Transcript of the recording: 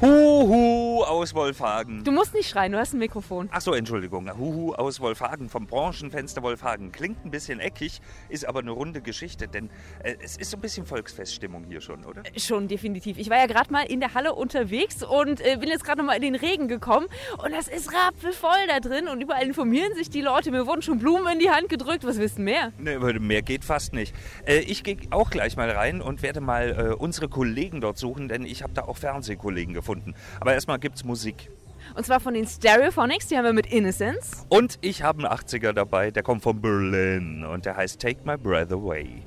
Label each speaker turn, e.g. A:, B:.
A: Huhu aus Wolfhagen.
B: Du musst nicht schreien, du hast ein Mikrofon.
A: Ach so, Entschuldigung. Huhu aus Wolfhagen vom Branchenfenster Wolfhagen. Klingt ein bisschen eckig, ist aber eine runde Geschichte, denn äh, es ist so ein bisschen Volksfeststimmung hier schon, oder?
B: Schon definitiv. Ich war ja gerade mal in der Halle unterwegs und äh, bin jetzt gerade nochmal in den Regen gekommen und das ist rappelvoll da drin und überall informieren sich die Leute. Mir wurden schon Blumen in die Hand gedrückt, was wissen mehr?
A: Ne, aber mehr geht fast nicht. Äh, ich gehe auch gleich mal rein und werde mal äh, unsere Kollegen dort suchen, denn ich habe da auch Fernsehkollegen gefunden. Aber erstmal gibt's Musik.
B: Und zwar von den Stereophonics, die haben wir mit Innocence.
A: Und ich habe einen 80er dabei, der kommt von Berlin und der heißt Take My Breath Away.